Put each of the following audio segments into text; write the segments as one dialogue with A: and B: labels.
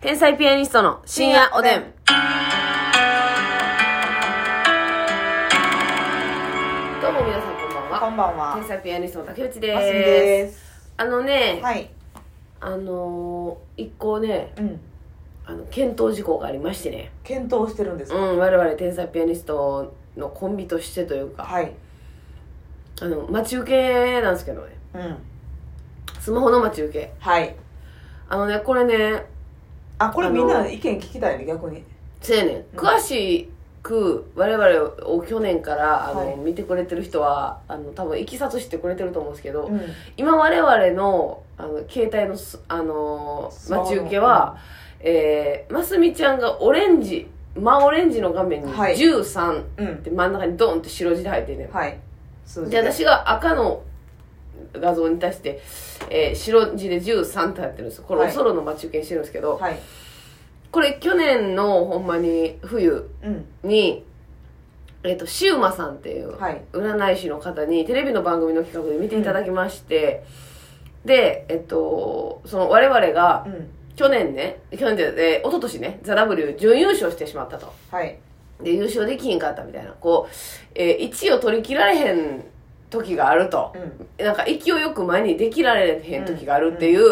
A: 天才ピアニストの深夜おでん。どうも皆さんこんばん
B: こ
A: は。
B: んばんは
A: 天。才ピアニストの竹内
B: ますみ
A: で。
B: ですす。
A: あのね、
B: はい。
A: あのー一個ね、
B: うん。
A: あの、検討事項がありましてね。
B: 検討してるんです
A: う
B: か。
A: ん、我々天才ピアニストのコンビとしてというか、
B: はい。
A: あの、待ち受けなんですけどね。
B: うん。
A: スマホの待ち受け。
B: はい。
A: あのね、これね、
B: あ、これ
A: あの
B: みんな意見聞きたいね、逆に。
A: せやねん。詳しく、我々を去年から、あの、
B: はい
A: 見てくれてる人は、あの、多分、いきさと知ってくれてると思うんですけど、
B: うん。
A: 今我々の、あの、携帯のす、あのー
B: スマホの
A: 待ち受けは、えー、ますみちゃんがオレンジ、真オレンジの画面に
B: はい
A: 13っ
B: うん。
A: て真ん中にドンって白字で入ってんねん。
B: はい。数字
A: で、。私が赤の画像に対して、えー、白字で13って入ってるんですよ。これ、
B: はい
A: おそろの待ち受けにしてるんですけど、
B: はい。
A: これ去年のほんまに冬
B: うん。
A: に、えっ、と、シウマさんっていう
B: はい
A: 占い師の方にテレビの番組の企画で見ていただきまして、で、えっ、と、その我々が
B: うん。
A: 去年ね、去年で、えー、一昨年ね、ザ・ W 準優勝してしまったと。
B: はい。
A: で、優勝できひんかったみたいな、こう、え1位を取り切られへん時があると
B: う。ん。
A: なんか勢いよく前にできられへん時があるっていう、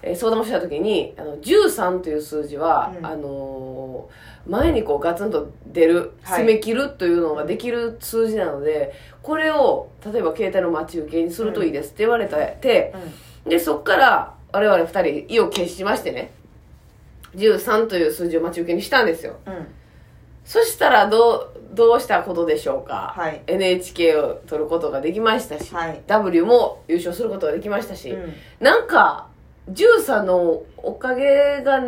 A: えー相談をした時にあの13という数字は、
B: うん
A: あのー前にこうガツンと出る、
B: はい
A: 攻め切るというのができる数字なのでこれを例えば携帯の待ち受けにするといいですって言われて、でそっから我々2人意を決しましてね13という数字を待ち受けにしたんですよ
B: うん。うん。
A: そしたらどうどうしたことでしょうか、
B: はい
A: NHK を取ることができましたし、
B: はい
A: W も優勝することができましたし、
B: うん
A: なんか13のおかげが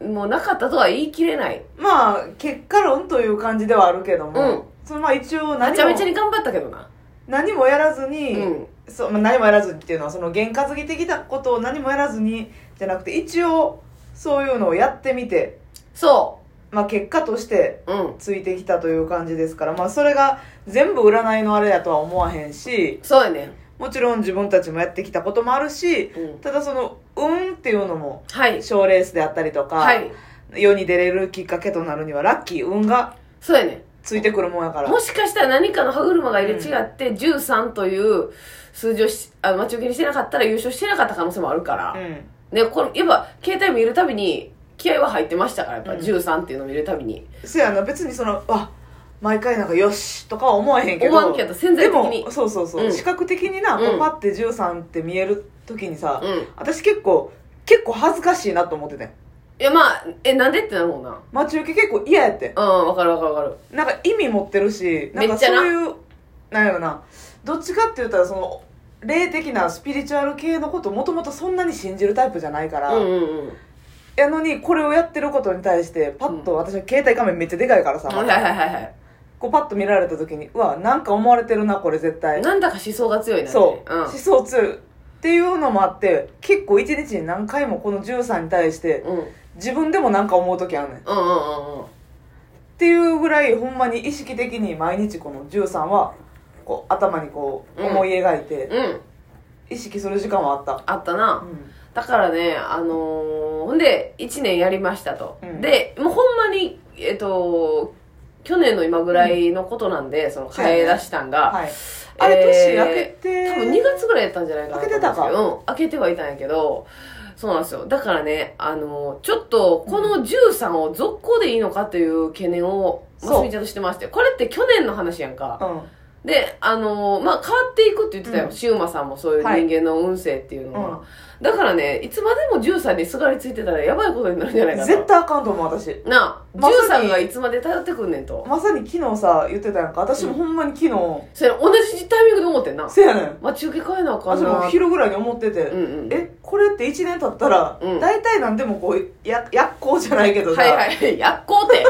A: もうなかったとは言い切れない
B: まあ、結果論という感じではあるけど
A: うん
B: も。そのまあ一応
A: め
B: 何
A: ちゃ
B: も
A: めちゃに頑張ったけどな
B: 何もやらずに、
A: うん
B: そうまあ、何もやらずっていうのはその験担ぎ的なことを何もやらずにじゃなくて一応そういうのをやってみて、
A: そ
B: まあ、結果として
A: ううん
B: ついてきたという感じですから、まあ、それが全部占いのあれやとは思わへんし
A: そうやね
B: もちろん自分たちもやってきたこともあるし、
A: うん
B: ただその運っていうのも
A: はい
B: 賞レースであったりとか、
A: はい
B: 世に出れるきっかけとなるにはラッキー運が
A: そうやね
B: ついてくるもんやから
A: もしかしたら何かの歯車が入れ違って、13という数字をしあ待ち受けにしてなかったら優勝してなかった可能性もあるから、
B: うん
A: ね、このやっぱ携帯見るたびに気合は入ってましたからやっぱ
B: うん
A: 13っていうのを見るたびに、
B: そやな別にそのあ毎回なんかよしとかは思わへんけど
A: 思わんけど潜在的に
B: でもそうそうそう、
A: うん
B: 視覚的にな、こ
A: う
B: うんパッて13って見える時にさ、
A: うんい
B: 私結構結構恥ずかしいなと思っててん
A: やまあえなんでってなるもんな
B: 待ち受け結構嫌やってん
A: うんわかるわかるわかる
B: なんか意味持ってるしなん
A: め
B: か
A: っちゃ
B: そ
A: な
B: ういうなんやろなどっちかって言ったらその霊的なスピリチュアル系のこともともとそんなに信じるタイプじゃないから、
A: うんうんうん
B: やのにこれをやってることに対してパッと私は携帯画面めっちゃでかいからさ、
A: はいはいはいはい
B: こうパッと見られた時にうわなんか思われてるなこれ絶対
A: なんだか思想が強いな
B: そう、
A: ん
B: 思想強いっていうのもあって結構一日に何回もこの13に対して
A: うんうん
B: 自分でもなんか思う時あんねんっ
A: うんうんうん
B: ていうぐらいほんまに意識的に毎日この13はこう頭にこう
A: うん
B: 思い描いて
A: うん
B: 意識する時間はあった、
A: あったな、
B: う
A: だからねあのーほんで1年やりましたと、
B: うん
A: でもうほんまにえっと去年の今ぐらいのことなんで、その
B: そうやね
A: 変え出したんが、
B: ん、はいあれ年明けて、
A: 多分2月ぐらいやったんじゃないかなと思うんです
B: 開けてた
A: ようん開けてはいたんやけどそうなんですよだからねあのちょっとこの13を続行でいいのかという懸念を
B: そう
A: ますみちゃんとしてましてこれって去年の話やんか
B: うん
A: であのまあ変わっていくって言ってたよ、
B: うん
A: シウマさんもそういう人間の運勢っていうのは、
B: は
A: だからねいつまでも13にすがりついてたらやばいことになるんじゃないかな
B: 絶対あかんと思う私
A: なあ、
B: まさに
A: 13がいつまで頼ってくんねんと
B: まさに昨日さ言ってたやんか私もほんまに昨日、
A: それ同じタイミングで思ってんな
B: せやねん
A: 待ち受け変えなあかん
B: 私も
A: な
B: 昼ぐらいに思ってて、
A: うんうん
B: えこれって1年経ったら、
A: うん
B: 大体何でもこうや薬効じゃないけどさ、
A: はいはい。薬効って。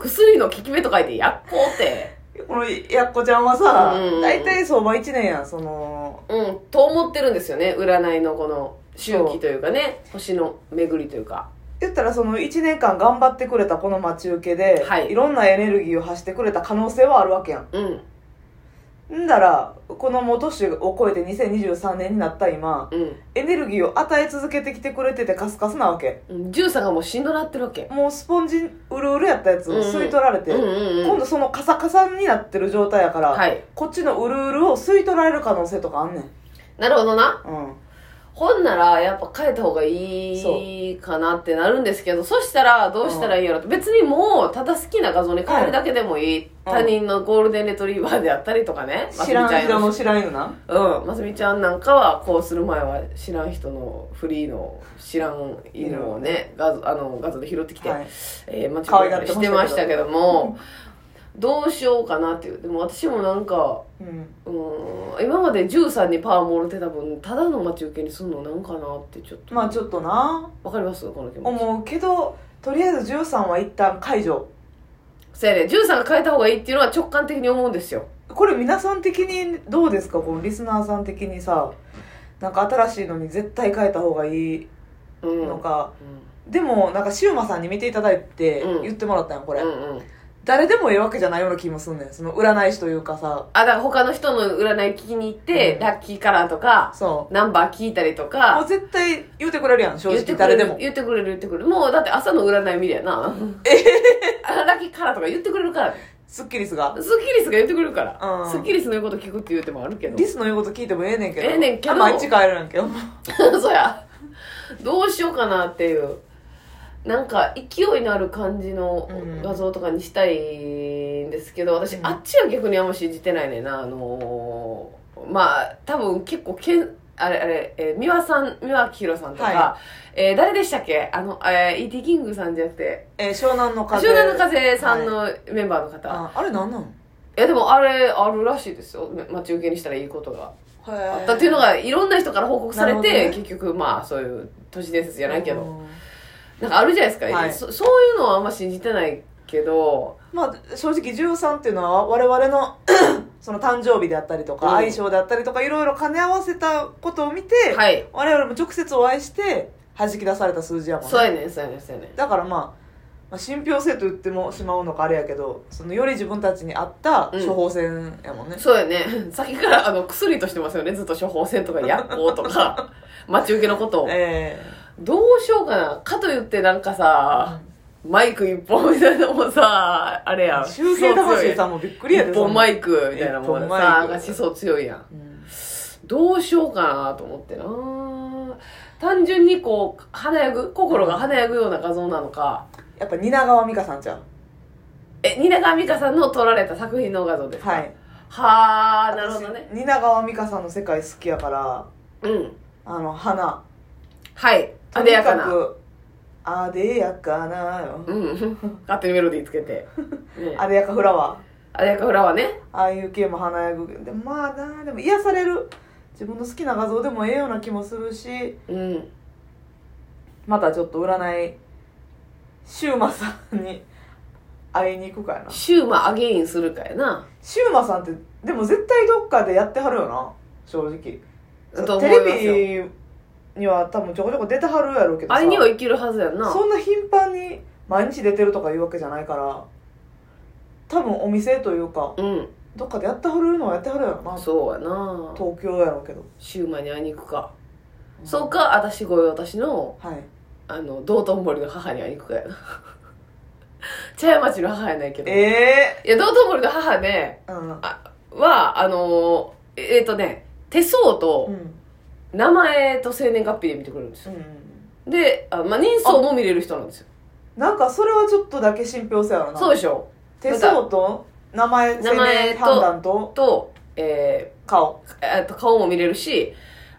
A: 薬の効き目と書いて薬効って。
B: この薬効ちゃんはさ、
A: うんうんうん
B: 大体相場1年やんその
A: うん、と思ってるんですよね。占いのこの周期というかね、星の巡りというか。
B: 言ったらその1年間頑張ってくれたこの待ち受けで、
A: はい
B: ろんなエネルギーを発してくれた可能性はあるわけやん
A: うん。
B: んだらこのもう年を超えて2023年になった今
A: うん
B: エネルギーを与え続けてきてくれててカスカスなわけ
A: うんジューサーがもうしんどなってるわけ
B: もうスポンジうるうるやったやつを吸い取られて、
A: うんうんうん
B: 今度そのカサカサになってる状態やから、
A: はい
B: こっちのうるうるを吸い取られる可能性とかあんねん
A: なるほどな
B: うん
A: ほんならやっぱ変えた方がいいかなってなるんですけどそしたらどうしたらいいやろと別にもうただ好きな画像に変えるだけでもいい、他人のゴールデンレトリーバーであったりとかね
B: 知らん
A: ますみちゃ
B: 人
A: ん
B: の
A: の
B: 知らん犬な
A: うんますみちゃんなんかはこうする前は知らん人のフリーの知らん犬をね、画像あの画像で拾ってきて、
B: はい
A: えー、間
B: 可
A: 違
B: 愛
A: い
B: が
A: な
B: っ
A: く
B: てましたけど
A: してましたけども、どうしようかなっていう。でも私もなんか、
B: うん
A: うーん、今まで13にパーもろてた分、ただの待ち受けにすんのなんかなってちょっと。
B: まあちょっとな
A: わかりますこの気持ち。
B: 思うけどとりあえず13は一旦解除
A: そうやね、13が変えた方がいいっていうのは直感的に思うんですよ。
B: これ皆さん的にどうですかこのリスナーさん的にさなんか新しいのに絶対変えた方がいい
A: うん。
B: のか、
A: うん
B: でもなんかシウマさんに見ていただいて
A: うん
B: 言ってもらったんよこれ、
A: うんうん。
B: 誰でもええわけじゃないような気もすんねんその占い師というかさ
A: あ、だから他の人の占い聞きに行って、
B: うん
A: ラッキーカラーとか、
B: そう
A: ナンバー聞いたりと
B: もう
A: か、
B: 絶対言うてくれるやん正
A: 言っ
B: 直
A: てくれ
B: 誰
A: る
B: でも
A: 言ってくれる言ってくれる。もうだって朝の占い見りゃな。あラッキーカラーとか言ってくれるから。
B: スッキリスが
A: スッキリスが言ってくるから、
B: うん
A: スッキリスの言うこと聞くって言うてもあるけど
B: リスの言うこと聞いてもええねんけど
A: ええねんけど
B: あ毎日変えるやんけ ど
A: そうやどうしようかなっていうなんか勢いのある感じの
B: うん
A: 画像とかにしたいんですけど私、
B: うん
A: あっちは逆にあんま信じてないねんなあのーまあ多分結構けんあれあれ、えー、美輪さん美輪明宏さんとか、
B: は
A: えー誰でしたっけあの、えー、E.T. キングさんじゃなくて
B: えー湘南の風
A: 湘南の風さんのメンバーの方、
B: ああれなんなん
A: いやでもあれあるらしいですよ待ち受けにしたらいいことが。あ
B: あ
A: ったっていうのがいろんな人から報告されて、
B: なるほどね
A: 結局まあそういう都市伝説じゃないけど
B: うん
A: なんかあるじゃないですか、
B: はい
A: そそういうのはあんま信じてないけど
B: まあ正直13っていうのは我々の その誕生日であったりと
A: う
B: か
A: ん
B: 相性であったりとかいろいろ兼ね合わせたことを見て、
A: はい
B: 我々も直接お会いして弾き出された数字やもん
A: そうやねんそうやねんそうやねん
B: だからまあまあ信憑性と言ってもしまうのかあれやけどそのより自分たちに合った処方箋やもんね、
A: そうや ね先からあの薬としてますよねずっと処方箋とか薬効と か待ち受けのことを
B: え
A: どうしようかなかと言ってなんか
B: え
A: さマイク一本みたいなのもさあれやん
B: 集計魂さんもびっくりやで
A: 一本マ
B: イ
A: イクみたいなもん
B: 一本マ
A: さ
B: イク
A: が思想強いやんどうしようかなと思ってな単純にこう華やぐ心が華やぐような画像なのか
B: やっぱ蜷川美香さんじゃん
A: え蜷川美香さんの撮られた作品の画像ですか
B: はい
A: はあなるほどね
B: 私蜷川美香さんの世界好きやから
A: うん
B: あの花
A: はい
B: と
A: あ
B: に
A: でやか
B: か
A: な
B: くあでやかなよ
A: うん 勝手にメロディーつけて、ね、
B: あでやかフラワー
A: あでやかフラワーね
B: ああいう系も華やぐでもまあなでも癒される自分の好きな画像でもええような気もするし
A: うん
B: またちょっと占いシューマさんに会いに行くかやな
A: シューマアゲインするかやな
B: シューマさんってでも絶対どっかでやってはるよな正直
A: と思
B: テ
A: いますよ
B: レビには多分ちょこちょこ出てはるやろうけど
A: あ
B: さ
A: れには生きるはずやんな
B: そんな頻繁に毎日出てるとかいうわけじゃないから多分お店というか
A: うん
B: どっかでやってはるのはやってはるやろな
A: そうやな
B: 東京やろうけど
A: シューマに会いに行くか、そうか私ご用私の
B: はい
A: あの道頓堀の母には行くかやな 茶屋町の母やないけど、
B: ええ
A: いや道頓堀の母ね
B: うん
A: はあのーえっ、とね手相
B: う
A: と
B: ん
A: 名前と生年月日で見てくれるんです
B: う
A: よ
B: ん
A: であ、まあ、人相も見れる人なんですよ
B: なんかそれはちょっとだけ信憑性あるな
A: そうでしょ
B: 手相と名前
A: 名前
B: 生年
A: と
B: 判断と
A: と,、え
B: 顔
A: ーえーと顔も見れるし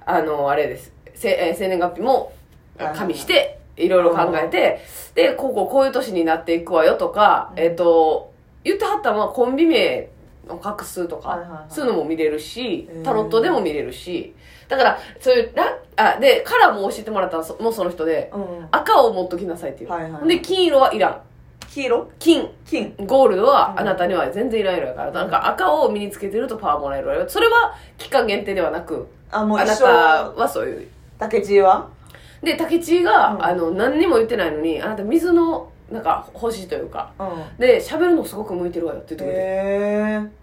A: あのあれですせ、えー生年月日も
B: あ
A: 加味していろいろ考えてでこうこうこういう年になっていくわよとか、
B: うん
A: えっ、と言ってはったのはコンビ名の画数とか、
B: はいはいはい
A: そういうのも見れるし
B: へー
A: タロットでも見れるしだからそういうラあでカラーも教えてもらったのそもうその人で
B: うん
A: 赤を持っときなさいっていう、
B: はいはいはい
A: ほんで金色はいらん
B: 黄色
A: 金
B: 金
A: ゴールド
B: う
A: は
B: ん
A: あなたには全然いらん色やから、なんか赤を身につけてるとパワーもらえるわよそれは期間限定ではなく
B: あもう
A: あ
B: 一
A: なた
B: 生
A: はそういう
B: 竹地は
A: で、竹地が、
B: うん
A: あの、何にも言ってないのに、あなた水のなんか欲しいというか
B: うん
A: で喋るのすごく向いてるわよって言って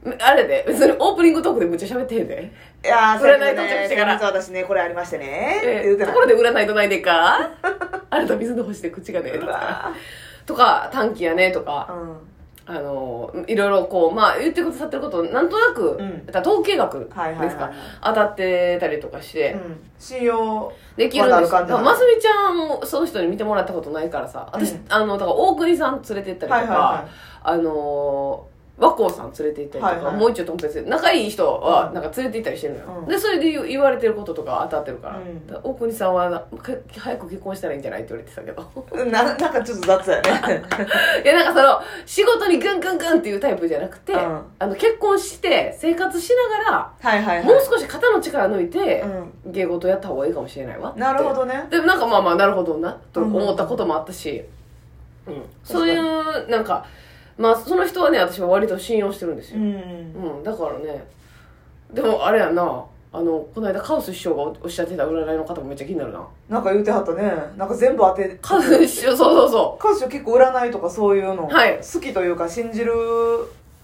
A: くれ
B: へ
A: て、あれで別にオープニングトークでむっちゃ喋ってへんで
B: えいや
A: 占
B: ー
A: い到着
B: 先日ね
A: してから
B: 先日私ねこれありましてねって 言
A: え
B: って
A: と
B: ない
A: ころで占いどないでか あなた水の星で口がね
B: うわ
A: とか短期やねと
B: ー
A: か
B: う
A: あのいろいろこうまあ言ってくださってることなんとなく、
B: うん
A: だから統計学ですか、
B: はいはいはいはい
A: 当たってたりとかして、
B: んうん信用
A: できるんです
B: わかる感じなんだ
A: まつみちゃんもその人に見てもらったことないからさ私、
B: うん
A: あのだから大国さん連れて行ったりとか、
B: はいはいは
A: あのー和光さん連れて行ったりとか、
B: はいはい
A: もう一丁とも別に仲いい人は
B: うん
A: なんか連れて行ったりしてるのよ、
B: うん
A: でそれで言う言われてることとか当たってるから,、
B: うん
A: 大国さんはなか早く結婚したらいいんじゃないって言われてたけど
B: いななんかちょっと雑やね
A: いやなんかその仕事にグングングンっていうタイプじゃなくて、
B: うん
A: あの結婚して生活しながら
B: はいはいはい
A: もう少し肩の力抜いて、
B: う
A: 芸事やった方がいいかもしれないわって
B: んなるほどね
A: でもなんかまあまあなるほどなと思ったこともあったし、うんそういうなんかまあその人はね私は割と信用してるんです
B: う
A: よ、
B: ん
A: うんだからねでもあれやなあのこの間カウス師匠がおっしゃってた占いの方もめっちゃ気になるな
B: なんか言うてはったねなんか全部当て
A: カウス師匠そうそうそ
B: 彼女結構占いとかそういうの
A: はい
B: 好きというか信じる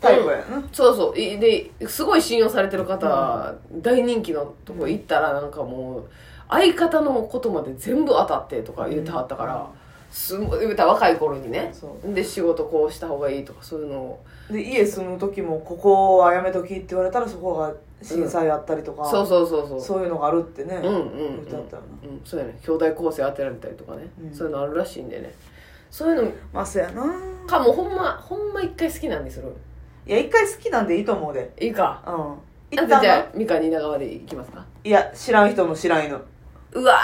B: タイプやな
A: うそうそういですごい信用されてる方、大人気のとこ行ったらなんかもう相方のことまで全部当たってとか言ってはったから、すごい言うたら若い頃にね
B: そ
A: で仕事こうした方がいいとかそういうのを
B: うで家住む時もここはやめときって言われたらそこが震災あったりとか
A: そうそうそうそう
B: そういうのがあるってね
A: うんうん
B: 言うてはったよな
A: うん、そうやね兄弟構成当てられたりとかね、
B: うん
A: そういうのあるらしいんでねそういうの
B: まあそうやな
A: かもうほんまほんま一回好きなんですよ
B: いや一回好きなんでいいと思うで
A: いいか
B: うん一
A: なん
B: 旦
A: かじ
B: な
A: ゃあみかん蜷川でいきますか
B: いや知らん人の知らん犬
A: うわ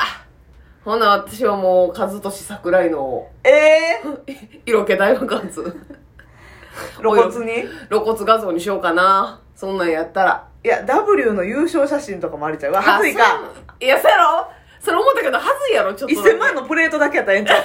A: ほな私はもう和俊桜井の
B: ええー、
A: 色気大爆発
B: 露骨に
A: 露骨画像にしようかなそんなんやったら
B: いや W の優勝写真とかもありちゃうわはずい
A: あ
B: か
A: そういやそうやろそれ思ったけどはずいやろちょっとだけ
B: 1000万のプレートだけやったらええんちゃう